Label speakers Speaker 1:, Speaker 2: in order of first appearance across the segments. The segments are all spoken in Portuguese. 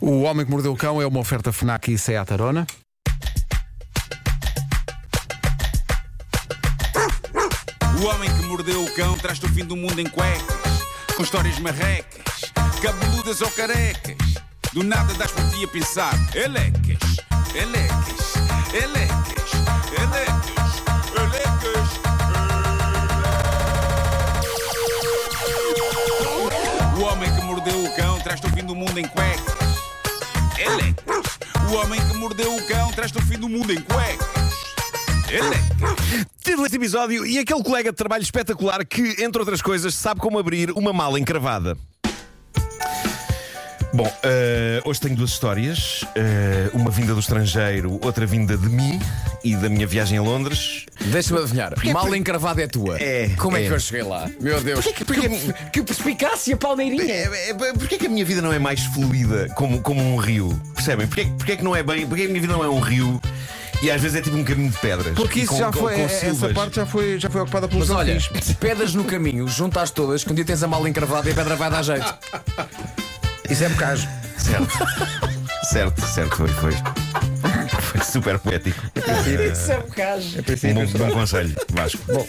Speaker 1: O Homem que Mordeu o Cão é uma oferta FNAC e Seat Arona.
Speaker 2: O homem que mordeu o cão traz-te o fim do mundo em cuecas, com histórias marrecas, cabeludas ou carecas. Do nada das por ti a pensar, elecas, elecas, elecas, elecas, elecas. elecas." O homem que mordeu o cão traz-te o fim do mundo em cuecas, elecas. O homem que mordeu o cão traz-te o fim do mundo em cuecas, elecas.
Speaker 3: Título deste episódio e aquele colega de trabalho espetacular que, entre outras coisas, sabe como abrir uma mala encravada. Bom, eh, hoje tenho duas histórias. eh, uma vinda do estrangeiro, outra vinda de mim e da minha viagem a Londres.
Speaker 4: Deixa-me adivinhar, mal encravada é tua.
Speaker 3: É,
Speaker 4: Como é,
Speaker 3: é.
Speaker 4: que eu cheguei lá? Meu Deus.
Speaker 3: Porquê que- porquê-
Speaker 4: que, que perspicácia, Palmeirinha!
Speaker 3: É, é, Porquê que a minha vida não é mais fluida como, como um rio? Percebem? Porquê, porquê que não é bem? Porquê que a minha vida não é um rio e às vezes é tipo um caminho de pedras?
Speaker 1: Porque
Speaker 3: E
Speaker 1: isso
Speaker 3: com-
Speaker 1: já
Speaker 3: com-
Speaker 1: foi. é-
Speaker 3: com
Speaker 1: essa
Speaker 3: silvas.
Speaker 1: parte já foi, já foi ocupada pelos
Speaker 4: Mas olha,
Speaker 1: anfis.
Speaker 4: pedras no caminho, juntas todas, que um dia tens a mala encravada e a pedra vai dar jeito.
Speaker 1: Isso é
Speaker 3: um
Speaker 1: bocage.
Speaker 3: Certo. certo, certo, foi, foi. Foi super poético.
Speaker 4: Isso é bocage.
Speaker 1: É
Speaker 3: Um bom,
Speaker 1: princípio.
Speaker 3: bom conselho, Vasco. Eh, bom.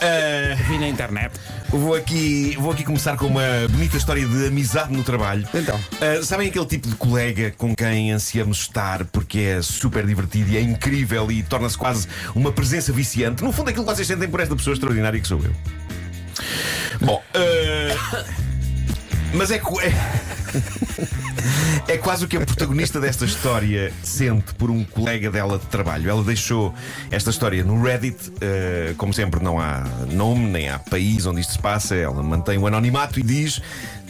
Speaker 3: Eh,
Speaker 2: Vi na internet.
Speaker 3: vou, aqui, vou aqui começar com uma bonita história de amizade no trabalho.
Speaker 1: Então.
Speaker 3: Eh, sabem aquele tipo de colega com quem ansiamos estar porque é super divertido e é incrível e torna-se quase uma presença viciante? No fundo, aquilo que vocês sentem por esta pessoa extraordinária que sou eu. Bom, eh, mas é que. É quase o que a protagonista desta história sente por um colega dela de trabalho. Ela deixou esta história no Reddit. eh, como sempre, não há nome, nem há país onde isto se passa. Ela mantém o anonimato e diz: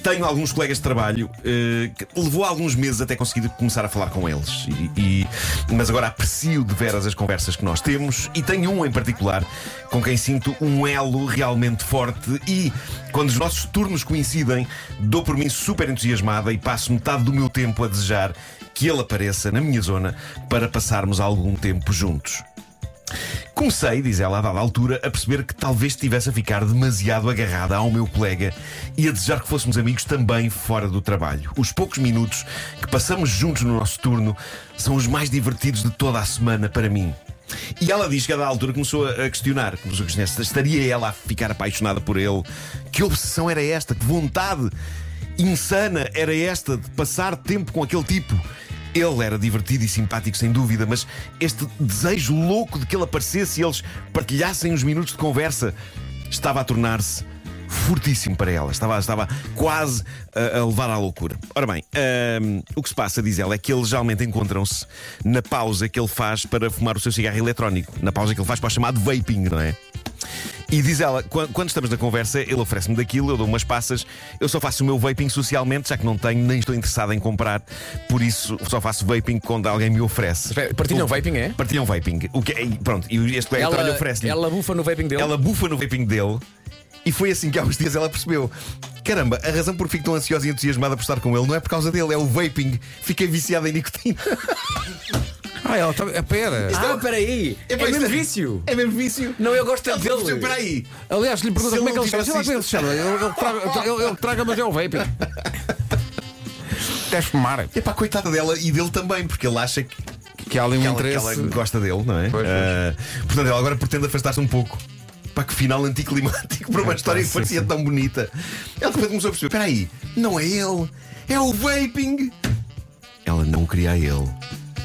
Speaker 3: Tenho alguns colegas de trabalho eh, que levou alguns meses até conseguir começar a falar com eles. E- e- mas agora aprecio de veras as conversas que nós temos. E tenho um em particular com quem sinto um elo realmente forte. E quando os nossos turnos coincidem, dou por mim super entusiasmada e passo metade do meu tempo a desejar que ele apareça na minha zona para passarmos algum tempo juntos. Comecei, diz ela, a dada altura, a perceber que talvez estivesse a ficar demasiado agarrada ao meu colega e a desejar que fôssemos amigos também fora do trabalho. Os poucos minutos que passamos juntos no nosso turno são os mais divertidos de toda a semana para mim. E ela diz que a dada altura começou a a questionar, começou a questionar se estaria ela a ficar apaixonada por ele. Que obsessão era esta? Que vontade insana era esta de passar tempo com aquele tipo? Ele era divertido e simpático, sem dúvida, mas este desejo louco de que ele aparecesse e eles partilhassem uns minutos de conversa estava a tornar-se fortíssimo para ela. Estava, estava quase a, a levar à loucura. Ora bem, hum, o que se passa, diz ela, é que eles geralmente encontram-se na pausa que ele faz para fumar o seu cigarro eletrónico, na pausa que ele faz para o chamado vaping, não é? E diz ela, "Quan- quando estamos na conversa, ele oferece-me daquilo, eu dou umas passas, eu só faço o meu vaping socialmente, já que não tenho, nem estou interessado em comprar, por isso só faço vaping quando alguém me oferece.
Speaker 4: Espera, partilham
Speaker 3: O-
Speaker 4: vaping, é?
Speaker 3: Partilham vaping. O que, é, e pronto, e este colega de trabalho oferece-lhe.
Speaker 4: ela bufa no vaping dele.
Speaker 3: Ela bufa no vaping dele e foi assim que há uns dias ela percebeu. Caramba, a razão por que fico tão ansiosa e entusiasmada por estar com ele não é por causa dele, é o vaping. Fiquei viciada em nicotina.
Speaker 1: Ah, ela está. é, Pera.
Speaker 3: um
Speaker 4: Ah, peraí! É,
Speaker 3: pá,
Speaker 4: mesmo
Speaker 3: isto
Speaker 4: vício!
Speaker 3: É mesmo vício.
Speaker 4: Não, eu gosto
Speaker 3: Ela
Speaker 4: tanto dele.
Speaker 3: percebeu, Peraí.
Speaker 1: Aliás, lhe pergunta
Speaker 3: Se
Speaker 1: como é
Speaker 3: ele
Speaker 1: que ele se chama. Sei
Speaker 3: não
Speaker 1: lá como ele se chama. Ele ele traga, ele- ele traga, mas é o vaping. Deve fumar.
Speaker 3: Epá, coitada dela e dele também, porque ele acha que,
Speaker 1: Que há ali um
Speaker 3: que ela, que
Speaker 1: interesse.
Speaker 3: ela gosta dele, não é?
Speaker 1: Pois, pois.
Speaker 3: Ah, portanto, ela agora pretende afastar-se um pouco. Pá, que final anticlimático para uma história que
Speaker 1: É, sim,
Speaker 3: parecia tão bonita. Ela depois começou a perceber: peraí, não é ele, é o vaping. Ela não queria a ele,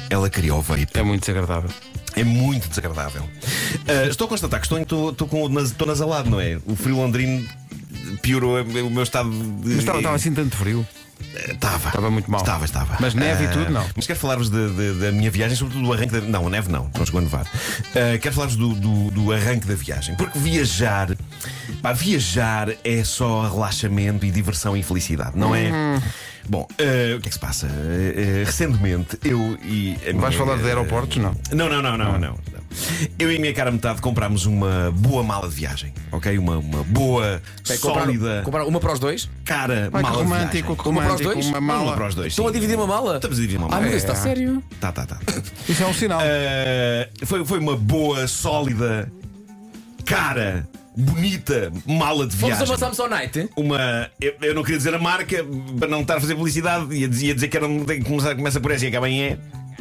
Speaker 3: ela queria o vaping.
Speaker 1: É muito desagradável.
Speaker 3: É muito desagradável. Ah, estou a constatar que estou, em- estou, estou com, o nas- estou nasalado, não é? O frio londrino piorou o meu estado de.
Speaker 1: Mas estava, estava assim tanto frio.
Speaker 3: Estava.
Speaker 1: Estava muito mal.
Speaker 3: Estava, Eh, estava. Eh,
Speaker 1: Mas neve e tudo, não.
Speaker 3: Mas quero falar-vos de- de- da minha viagem, sobretudo do arranque da. Não, neve não, não chegou a nevar. Ah, quero falar-vos do, do- do arranque da viagem. Porque viajar. Pá, viajar é só relaxamento e diversão e felicidade, não é?
Speaker 1: Uhum.
Speaker 3: Bom, ah, o que é que se passa? Ah, ah, recentemente, eu e. a
Speaker 1: Vais
Speaker 3: minha-
Speaker 1: falar de aeroportos? Não. é-
Speaker 3: não, não, não, não, não. não. Eu e a minha cara metade comprámos uma boa mala de viagem, ok? Uma, uma boa,
Speaker 4: Bem, comprar- um-
Speaker 3: sólida,
Speaker 4: comprar uma para os dois?
Speaker 3: cara
Speaker 1: Ai, que é
Speaker 3: mala
Speaker 1: romântico,
Speaker 3: de
Speaker 1: que
Speaker 3: viagem.
Speaker 4: Uma para os
Speaker 1: romântico.
Speaker 4: dois?
Speaker 1: Uma
Speaker 3: Uma
Speaker 1: mala.
Speaker 3: para os dois.
Speaker 4: Estão
Speaker 3: sim.
Speaker 4: a dividir uma mala?
Speaker 3: Estamos a dividir uma
Speaker 4: Ah,
Speaker 3: mala.
Speaker 4: mas está sério?
Speaker 3: Tá, tá, tá.
Speaker 1: Isso é um sinal.
Speaker 3: Eh, foi, foi uma boa, sólida, cara bonita mala de
Speaker 4: Fomos a
Speaker 3: viagem.
Speaker 4: uma Samsung Night?
Speaker 3: Uma. Eu, eu não queria dizer a marca para não estar a fazer publicidade. Ia dizer, ia dizer que era. um- tem que Começar, começa por S e acaba em E.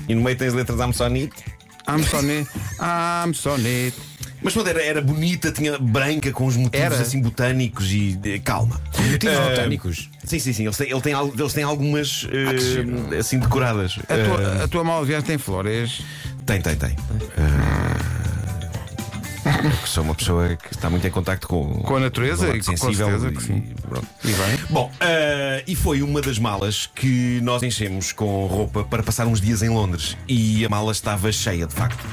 Speaker 3: E no meio tens letras Amsonite.
Speaker 1: I'm Sony. I'm Sony.
Speaker 3: Mas pronto, era, era bonita, tinha branca com os motivos
Speaker 1: Era.
Speaker 3: assim botânicos e. eh, Calma.
Speaker 4: Motivos
Speaker 3: Ah,
Speaker 4: botânicos.
Speaker 3: Sim, sim, sim. Eles têm, ele tem al- eles têm algumas eh, assim decoradas.
Speaker 1: A
Speaker 3: Eh,
Speaker 1: tua, a tua mala de viagem tem flores.
Speaker 3: Tem, tem, tem. Ah, eu que sou uma pessoa que está muito em contacto com,
Speaker 1: Com a natureza
Speaker 3: com o lado
Speaker 1: e com- com
Speaker 3: sensível
Speaker 1: certeza
Speaker 3: e-
Speaker 1: que sim.
Speaker 3: pronto.
Speaker 1: E bem.
Speaker 3: Bom, ah, e foi uma das malas que nós enchemos com roupa para passar uns dias em Londres. E a mala estava cheia, de facto.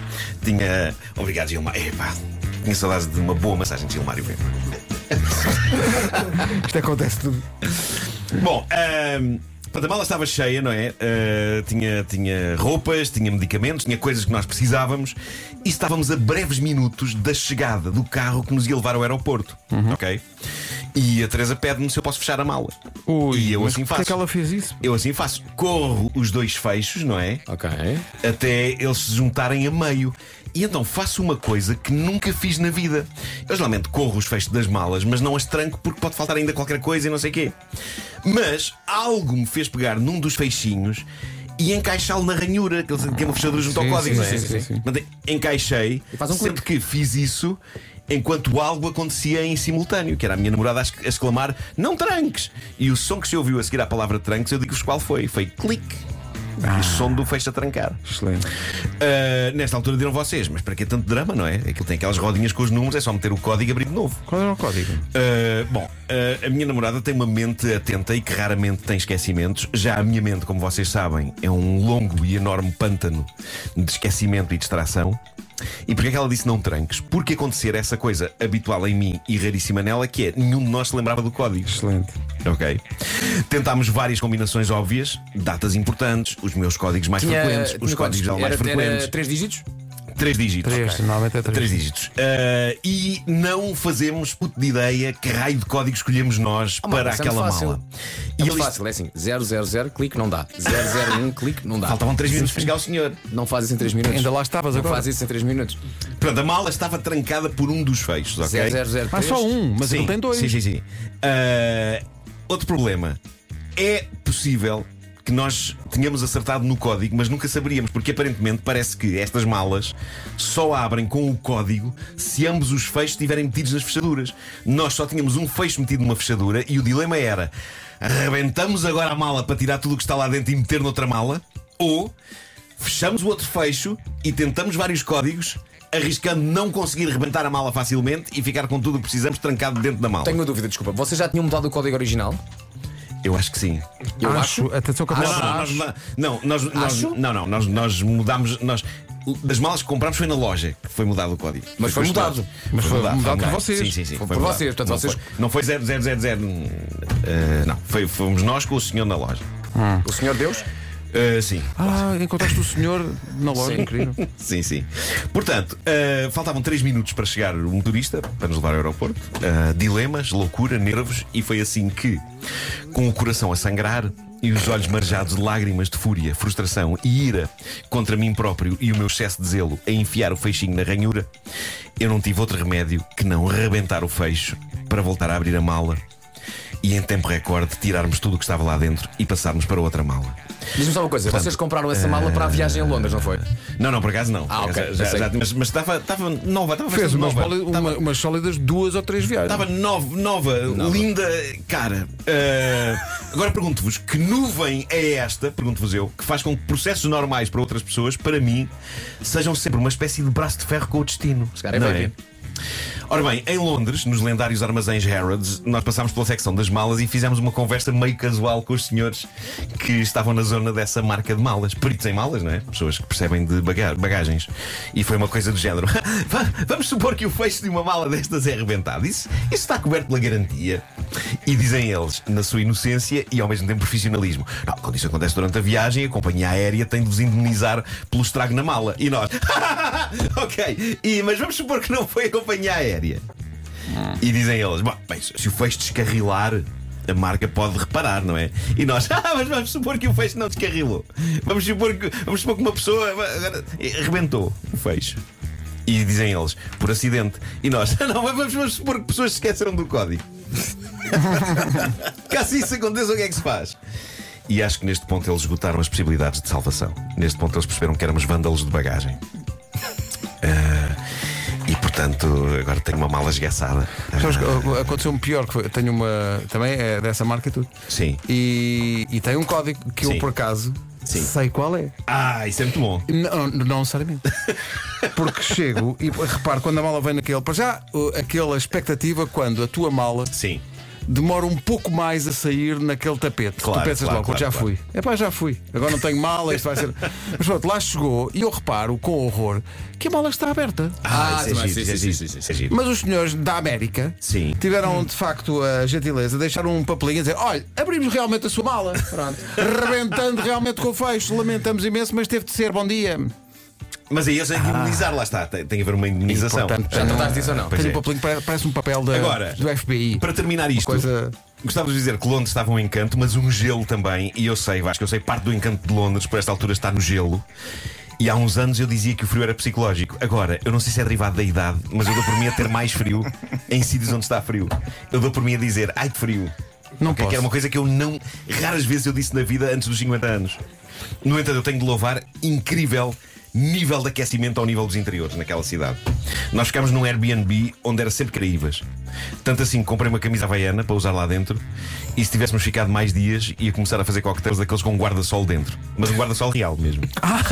Speaker 3: Tinha. Obrigado, Gilmar. Epá, tinha saudades de uma boa massagem de Gilmário Vento.
Speaker 1: Isto acontece tudo.
Speaker 3: Bom, ahm, portanto, a mala estava cheia, não é? Ah, tinha, tinha roupas, tinha medicamentos, tinha coisas que nós precisávamos e estávamos a breves minutos da chegada do carro que nos ia levar ao aeroporto.
Speaker 1: Uhum.
Speaker 3: Ok? E a Teresa pede-me se eu posso fechar a mala.
Speaker 1: Ui,
Speaker 3: e eu
Speaker 1: mas
Speaker 3: assim
Speaker 1: porquê
Speaker 3: faço.
Speaker 1: é que ela fez isso?
Speaker 3: Eu assim faço. Corro os dois fechos, não é?
Speaker 4: Ok.
Speaker 3: até eles se juntarem a meio. E então faço uma coisa que nunca fiz na vida. Eu geralmente corro os fechos das malas, mas não as tranco porque pode faltar ainda qualquer coisa e não sei quê. Mas algo me fez pegar num dos feixinhos e encaixá-lo na ranhura, que ele tem uma fechadura junto ao
Speaker 1: Sim,
Speaker 3: código,
Speaker 1: sim,
Speaker 3: não é?
Speaker 1: sim, sim, sim.
Speaker 3: Portanto, encaixei,
Speaker 4: E faz um
Speaker 3: sendo
Speaker 4: clique.
Speaker 3: que fiz isso enquanto algo acontecia em simultâneo, que era a minha namorada a esc- a exclamar: Não tranques! E o som que se ouviu a seguir à palavra tranques, eu digo-vos qual foi: foi clique.
Speaker 4: Ah.
Speaker 3: O som do fecho a trancar.
Speaker 1: Excelente.
Speaker 3: Uh, nesta altura dirão vocês, mas para que tanto drama, não é? Aquilo tem aquelas rodinhas com os números, é só meter o código e abrir de novo.
Speaker 1: Qual era o código?
Speaker 3: Uh, bom, uh, a minha namorada tem uma mente atenta e que raramente tem esquecimentos. Já a minha mente, como vocês sabem, é um longo e enorme pântano de esquecimento e distração. E porquê é que ela disse não tranques? Porque acontecer é essa coisa habitual em mim e raríssima nela, que é nenhum de nós se lembrava do código.
Speaker 1: Excelente.
Speaker 3: Ok. Tentámos várias combinações óbvias, datas importantes, os meus códigos mais frequentes, os
Speaker 4: tinha
Speaker 3: códigos dela
Speaker 4: quantos?
Speaker 3: mais
Speaker 4: era,
Speaker 3: frequentes.
Speaker 4: era três dígitos?
Speaker 3: Três dígitos.
Speaker 1: Três,
Speaker 3: Ok.
Speaker 1: normalmente é três.
Speaker 3: Três dígitos. Ah, e não fazemos puto de ideia que raio de código escolhemos nós
Speaker 4: Ah, mano,
Speaker 3: para
Speaker 4: isso é
Speaker 3: aquela
Speaker 4: muito fácil.
Speaker 3: mala.
Speaker 4: É
Speaker 3: E
Speaker 4: muito
Speaker 3: ele-
Speaker 4: fácil, é assim: 000, clique, não dá. 001, clique, não dá.
Speaker 3: Faltavam três minutos para chegar ao senhor.
Speaker 4: Não faz isso em 3 minutos.
Speaker 1: Ainda lá estavas
Speaker 4: não
Speaker 1: agora.
Speaker 4: faz isso em 3 minutos.
Speaker 3: Pronto, a mala estava trancada por um dos feixes, ok?
Speaker 4: 0003.
Speaker 1: Ah, só um, mas
Speaker 3: Sim,
Speaker 1: ele tem dois.
Speaker 3: Sim, sim, sim. Ah, outro problema. É possível que nós tenhamos acertado no código, mas nunca saberíamos, porque aparentemente parece que estas malas só abrem com o código se ambos os feixes estiverem metidos nas fechaduras. Nós só tínhamos um feixe metido numa fechadura e o dilema era: arrebentamos agora a mala para tirar tudo o que está lá dentro e meter noutra mala, ou fechamos o outro fecho e tentamos vários códigos, arriscando não conseguir rebentar a mala facilmente e ficar com tudo o que precisamos trancado dentro da mala.
Speaker 4: Tenho uma dúvida, desculpa. Vocês já tinham mudado o código original?
Speaker 3: Eu acho que sim.
Speaker 4: Eu
Speaker 1: Acho- Ah, atenção que eu
Speaker 4: Acho-
Speaker 3: Não, não, não,
Speaker 4: acho.
Speaker 3: nós- não, nós, nós,
Speaker 4: Acho?
Speaker 3: não, não, nós, nós mudámos. Nós, das malas que comprámos foi na loja que foi mudado o código.
Speaker 4: Mas foi mudado.
Speaker 1: Mas foi mudado por
Speaker 3: ok.
Speaker 1: vocês.
Speaker 3: é? Sim, sim, sim.
Speaker 4: Foi
Speaker 3: Foi
Speaker 4: por
Speaker 3: mudado.
Speaker 4: vocês, portanto,
Speaker 3: não
Speaker 4: vocês-
Speaker 3: Foi, não foi 0000. hum, eh, não, foi, fomos nós com o senhor na loja.
Speaker 1: Hum.
Speaker 4: O Senhor Deus?
Speaker 3: Eh, sim.
Speaker 1: Ah, encontraste o senhor na loja,
Speaker 4: Sim.
Speaker 1: incrível.
Speaker 3: Sim, sim. Portanto, ah, faltavam 3 minutos para chegar o motorista para nos levar ao aeroporto. Ah, dilemas, loucura, nervos, e foi assim que, com o coração a sangrar e os olhos marejados de lágrimas de fúria, frustração e ira contra mim próprio e o meu excesso de zelo a enfiar o feixinho na ranhura, eu não tive outro remédio que não rebentar o fecho para voltar a abrir a mala e, em tempo recorde, tirarmos tudo o que estava lá dentro e passarmos para outra mala.
Speaker 4: Diz-me só uma coisa: vocês compraram essa mala
Speaker 1: eh,
Speaker 4: para a viagem a Londres, não foi?
Speaker 3: Não, não, por acaso não.
Speaker 4: Ah, ok,
Speaker 3: Já-
Speaker 4: eu sei.
Speaker 3: já- mas mas estava, estava nova, estava
Speaker 1: Fez
Speaker 3: bastante
Speaker 1: umas,
Speaker 3: nova.
Speaker 1: sóli-
Speaker 3: Estava-
Speaker 1: uma- umas sólidas duas ou três viagens.
Speaker 3: Estava nova, nova, linda, cara. Ah, agora pergunto-vos: que nuvem é esta, pergunto-vos eu, que faz com que processos normais para outras pessoas, para mim, sejam sempre uma espécie de braço de ferro com o destino?
Speaker 4: Se calhar é
Speaker 3: Não
Speaker 4: bem.
Speaker 3: Ora bem, em Londres, nos lendários armazéns Harrods, nós passámos pela secção das malas e fizemos uma conversa meio casual com os senhores que estavam na zona dessa marca de malas. Peritos em malas, não é? Pessoas que percebem de baga- bagagens. E foi uma coisa do género. "Va- Vamos supor que o fecho de uma mala destas é arrebentado. Isso, isso está coberto pela garantia. E dizem eles, na sua inocência e ao mesmo tempo profissionalismo. Não, quando isso acontece durante a viagem, a companhia aérea tem de vos indemnizar pelo estrago na mala. E nós. ok, e, mas vamos supor que não foi a companhia aérea. E dizem eles: "Bom, bem, se o fecho descarrilar, a marca pode reparar, não é? E nós, ah, mas vamos supor que o fecho não descarrilou. Vamos supor que, vamos supor que uma pessoa ah, agora, eh, arrebentou o fecho. E dizem eles, por acidente. E nós, não, vamos, vamos supor que pessoas se esqueceram do código. Caso isso aconteça, o que é que se faz? E acho que neste ponto eles esgotaram as possibilidades de salvação. Neste ponto eles perceberam que éramos vândalos de bagagem. Ah, e portanto, agora tenho uma mala Ah, esgaçada.
Speaker 1: Sabes que, uh, Aconteceu-me pior que foi, tenho uma. Também é dessa marca e tudo.
Speaker 3: Sim.
Speaker 1: E, e tem um código que
Speaker 3: Sim.
Speaker 1: eu por acaso
Speaker 3: Sim.
Speaker 1: sei qual é.
Speaker 3: Ah, isso é muito bom.
Speaker 1: Não, não não necessariamente. Porque chego e reparo quando a mala vem naquele. Para já, uh, aquela expectativa quando a tua mala
Speaker 3: Sim.
Speaker 1: demora um pouco mais a sair naquele tapete.
Speaker 3: Claro,
Speaker 1: tu pensas
Speaker 3: claro,
Speaker 1: logo,
Speaker 3: claro,
Speaker 1: já
Speaker 3: claro.
Speaker 1: fui. É pá, já fui. Agora não tenho mala, isto vai ser. Mas pronto, lá chegou e eu reparo com horror que a mala está aberta.
Speaker 3: Ah,
Speaker 2: sim,
Speaker 3: isso
Speaker 2: sim,
Speaker 3: é giro, isso é
Speaker 2: sim,
Speaker 3: giro,
Speaker 2: sim, sim,
Speaker 3: isso é giro.
Speaker 1: Mas os senhores da América
Speaker 3: Sim. Hum.
Speaker 1: tiveram de facto a gentileza, deixaram um papelinho a dizer: olha, abrimos realmente a sua mala. Pronto. Rebentando realmente com o fecho. Lamentamos imenso, mas teve de ser. Bom dia.
Speaker 3: Mas aí eles têm que imunizar, lá está. Tem, tem que haver uma imunização.
Speaker 1: Importante.
Speaker 4: Já trataste disso ou não?
Speaker 3: Pois
Speaker 1: Tem
Speaker 3: é.
Speaker 1: um papelinho, pare- parece um papel da,
Speaker 3: Agora,
Speaker 1: do FBI.
Speaker 3: Para terminar isto,
Speaker 1: coisa-
Speaker 3: gostava de dizer que Londres estava um encanto, mas um gelo também. E eu sei, Vasco, eu sei, parte do encanto de Londres por esta altura está no gelo. E há uns anos eu dizia que o frio era psicológico. Agora, eu não sei se é derivado da idade, mas eu dou por mim a ter mais frio em sítios onde está frio. Eu dou por mim a dizer, ai que frio.
Speaker 1: Não
Speaker 3: Ok, Que
Speaker 1: posso.
Speaker 3: era uma coisa que eu não. Raras vezes eu disse na vida antes dos 50 anos. No entanto, eu tenho de louvar incrível nível de aquecimento ao nível dos interiores naquela cidade. Nós ficámos num Airbnb onde era sempre Caraíbas. Tanto assim, que comprei uma camisa havaiana para usar lá dentro e se tivéssemos ficado mais dias ia começar a fazer coquetéis daqueles com guarda-sol dentro. Mas um guarda-sol real mesmo.
Speaker 4: Ah,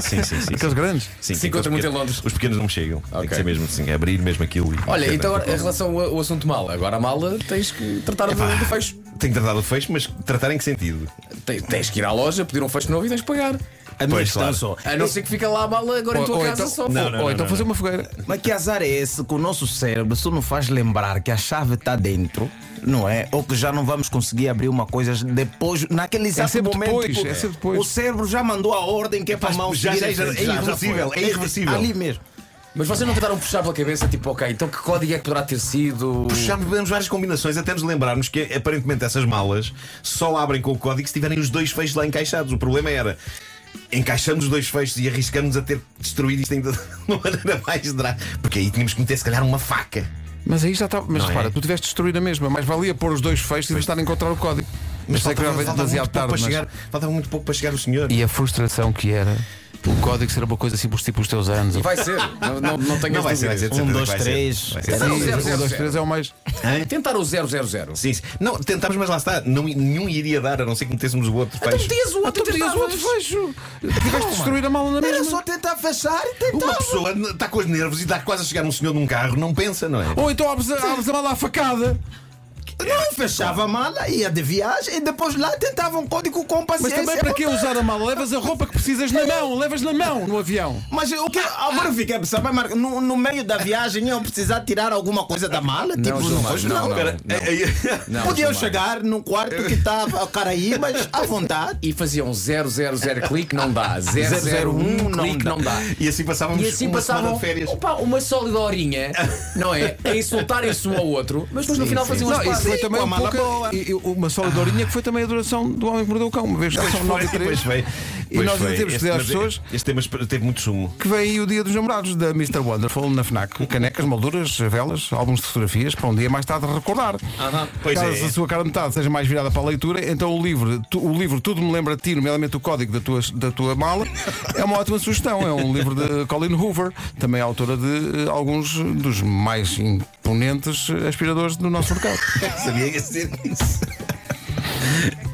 Speaker 3: sim, sim, sim.
Speaker 1: Aqueles grandes.
Speaker 3: Sim,
Speaker 4: Se
Speaker 3: sim, aqueles
Speaker 4: encontra muito em
Speaker 3: pequenos-
Speaker 4: Londres.
Speaker 3: Os pequenos não chegam. Tem que
Speaker 4: Ok.
Speaker 3: ser mesmo assim, abrir mesmo aquilo. e-
Speaker 4: Olha, então agora, em relação ao ao assunto mala, agora a mala tens que tratar do, do fecho.
Speaker 3: Ah, Tenho tratado o fecho, mas tratar em que sentido?
Speaker 4: Tens, tens que ir à loja, pedir um fecho novo e tens que pagar.
Speaker 5: A minha
Speaker 3: Pois,
Speaker 5: questão
Speaker 3: claro.
Speaker 5: Então, só.
Speaker 4: A não ser que fica lá a mala agora em tua casa
Speaker 1: então,
Speaker 4: só.
Speaker 1: ou-
Speaker 3: Não, não,
Speaker 1: ou
Speaker 3: não,
Speaker 1: então
Speaker 3: não,
Speaker 1: fazer uma fogueira.
Speaker 5: Mas que azar é esse que o nosso cérebro só nos faz lembrar que a chave está dentro, não é? Ou que já não vamos conseguir abrir uma coisa depois, naquele exato
Speaker 1: sempre
Speaker 5: momento.
Speaker 1: depois, é sempre depois.
Speaker 5: O cérebro já mandou a ordem que é para a mão
Speaker 3: já-
Speaker 5: seguir,
Speaker 3: já-
Speaker 5: é-
Speaker 3: já-
Speaker 5: é
Speaker 3: já
Speaker 5: irreversível,
Speaker 3: foi.
Speaker 5: é irreversível. Ali mesmo.
Speaker 4: Mas vocês não tentaram puxar pela cabeça, tipo, ok, então que código é que poderá ter sido?
Speaker 3: Já tivemos várias combinações até nos lembrarmos que aparentemente essas malas só abrem com o código se tiverem os dois feixes lá encaixados. O problema era encaixamos os dois feixes e arriscamos a ter que destruir isto ainda de uma maneira mais drástica. Porque aí tínhamos que meter se calhar uma faca.
Speaker 1: Mas aí já estava. Mas
Speaker 3: Não é?
Speaker 1: repara, tu tiveste de destruir a mesma. Mais valia pôr os dois feixes e tentar encontrar o código. Mas sei que já veio demasiado
Speaker 3: muito pouco
Speaker 1: tarde. mas-
Speaker 3: para chegar, faltava muito pouco para chegar o senhor.
Speaker 1: E a frustração que era o código ser uma coisa simples tipo os teus anos.
Speaker 4: E vai ser. não, não, não tenho
Speaker 3: Não vai ser, vai ser, de
Speaker 5: Um,
Speaker 3: certeza
Speaker 5: dois,
Speaker 3: que vai ser.
Speaker 5: três.
Speaker 3: Vai ser.
Speaker 4: Era
Speaker 1: Sim,
Speaker 4: um zero,
Speaker 1: um,
Speaker 4: zero,
Speaker 1: dois,
Speaker 4: zero.
Speaker 1: três é o mais.
Speaker 4: Tentar o 000.
Speaker 3: Sim, sim. Não, tentámos, mas lá está. Não, nenhum iria dar, a não ser que metêssemos o outro
Speaker 4: Então
Speaker 3: fecho.
Speaker 4: dias o
Speaker 1: Ah, tu
Speaker 4: outro
Speaker 1: pedias
Speaker 4: tentavas.
Speaker 1: o outro fecho. Tiveste de destruir a mala na
Speaker 5: Era
Speaker 1: mesma.
Speaker 5: só tentar fechar e tentar.
Speaker 3: Uma pessoa está com os nervos e está quase a chegar um senhor num carro, não pensa, não é?
Speaker 1: Ou então abres a, abres a mala à facada.
Speaker 5: Não, fechava a mala, ia de viagem e depois lá tentava um código com
Speaker 1: Mas
Speaker 5: paciência.
Speaker 1: também para que usar a mala? Levas a roupa que precisas na mão, levas na mão no avião.
Speaker 5: Mas o que agora eu fiquei a pensar, mas Marco, no, no meio da viagem eu precisar tirar alguma coisa da mala? tipo,
Speaker 4: João Marcos,
Speaker 5: hoje
Speaker 4: não, não.
Speaker 3: Cara, é- é-
Speaker 4: Não,
Speaker 5: Podia eu
Speaker 4: João
Speaker 5: chegar num quarto que estava Caraíbas à vontade.
Speaker 4: E faziam 000 clique, não dá. 001
Speaker 5: não
Speaker 4: clique,
Speaker 5: dá.
Speaker 4: um, não dá.
Speaker 3: E assim passávamos
Speaker 4: E assim
Speaker 3: uma semana
Speaker 4: passavam
Speaker 3: de férias.
Speaker 4: opa, uma sólida horinha, não é? A insultarem-se um ao outro, mas depois no final faziam
Speaker 1: Não,
Speaker 4: as
Speaker 1: isso
Speaker 4: pazes.
Speaker 1: foi também
Speaker 5: com a
Speaker 1: um
Speaker 5: mala
Speaker 1: pouco,
Speaker 5: boa.
Speaker 1: e- e uma solidorinha que foi também a duração do Homem que Mordeu o Cão, uma vez que são 9 e
Speaker 3: Pois
Speaker 1: 3.
Speaker 3: foi.
Speaker 1: E
Speaker 3: Pois
Speaker 1: nós ainda
Speaker 3: foi.
Speaker 1: temos que
Speaker 3: Este-
Speaker 1: dizer às
Speaker 3: mas
Speaker 1: pessoas
Speaker 3: Este tema teve muito sumo.
Speaker 1: que vem aí o dia dos namorados da Mr. Wonderful na FNAC. Canecas, molduras, velas, álbuns de fotografias para um dia mais tarde recordar.
Speaker 3: Pois
Speaker 1: Caso
Speaker 3: é.
Speaker 1: a sua cara de metade seja mais virada para a leitura, então o livro, tu- o livro Tudo Me Lembra de Ti, nomeadamente o código da tua, da tua mala, é uma ótima sugestão. É um livro de Colin Hoover, também autora de eh, alguns dos mais imponentes aspiradores do nosso mercado.
Speaker 3: Sabia que ia ser isso.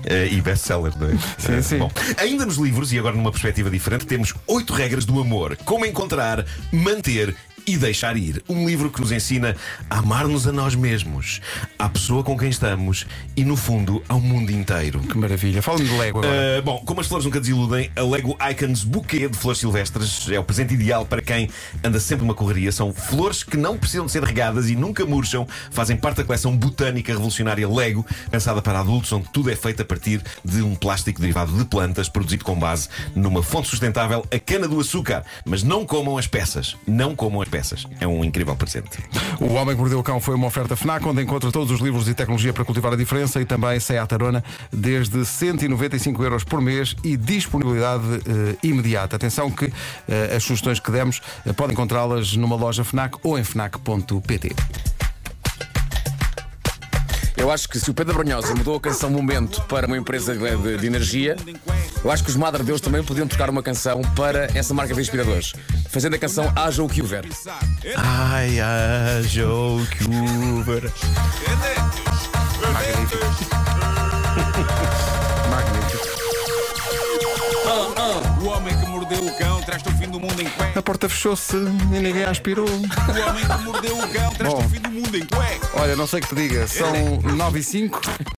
Speaker 3: Eh, E best-seller, não é?
Speaker 1: Sim,
Speaker 3: Eh,
Speaker 1: sim.
Speaker 3: Bom, ainda nos livros, e agora numa perspectiva diferente, temos oito regras do amor. Como encontrar, manter e deixar ir. Um livro que nos ensina a amar-nos a nós mesmos, à pessoa com quem estamos e, no fundo, ao mundo inteiro.
Speaker 1: Que maravilha. Fala-me de Lego agora.
Speaker 3: Uh, bom, como as flores nunca desiludem, a Lego Icons Bouquet de Flores Silvestres é o presente ideal para quem anda sempre numa correria. São flores que não precisam de ser regadas e nunca murcham. Fazem parte da coleção botânica revolucionária Lego, pensada para adultos, onde tudo é feito a partir de um plástico derivado de plantas, produzido com base numa fonte sustentável, a cana do açúcar. Mas não comam as peças. Não comam as peças. peças. É um incrível presente.
Speaker 1: O Homem que Mordeu o Cão foi uma oferta FNAC, onde encontra todos os livros e tecnologia para cultivar a diferença e também sai à tarona desde 195 euros por mês e disponibilidade eh, imediata. Atenção que eh, as sugestões que demos eh, podem encontrá-las numa loja FNAC ou em FNAC.pt.
Speaker 4: Eu acho que se o Pedro Brunhosa mudou a canção Momento para uma empresa de, de- de energia, eu acho que os Madre Deus também podiam tocar uma canção para essa marca de inspiradores, fazendo a canção Haja o que houver.
Speaker 2: Pensar. Elecas,
Speaker 3: Ai, ai, Joe Cuber.
Speaker 2: elecas, elecas. O homem que mordeu o cão traz-te o fim do mundo em
Speaker 1: A
Speaker 2: cuecas.
Speaker 1: porta fechou-se e ninguém aspirou.
Speaker 2: O homem que mordeu o cão traz-te
Speaker 1: Bom.
Speaker 2: o fim do mundo em cuecas.
Speaker 1: Olha, não sei o que te diga, são 9 e 5.